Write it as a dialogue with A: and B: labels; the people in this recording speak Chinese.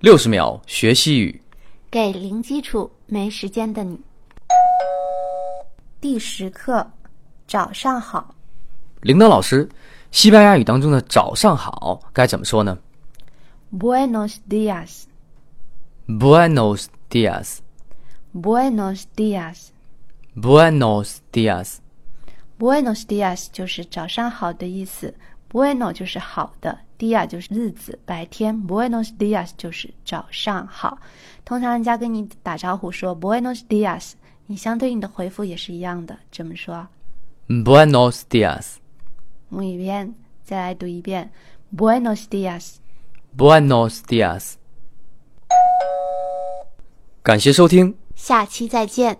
A: 六十秒学西语。
B: 给零基础没时间的你。第十课，早上好。
A: 铃铛老师，西班牙语当中的“早上好”该怎么说呢
B: Buenos días.
A: ？Buenos dias,
B: Buenos días.
A: Buenos dias。
B: Buenos días 就是早上好的意思。Bueno 就是好的，dia 就是日子、白天。Buenos días 就是早上好。通常人家跟你打招呼说 Buenos días，你相对应的回复也是一样的，这么说。
A: Buenos dias,
B: 母语边再来读一遍 Buenos días。
A: Buenos dias。感谢收听。
B: 下期再见。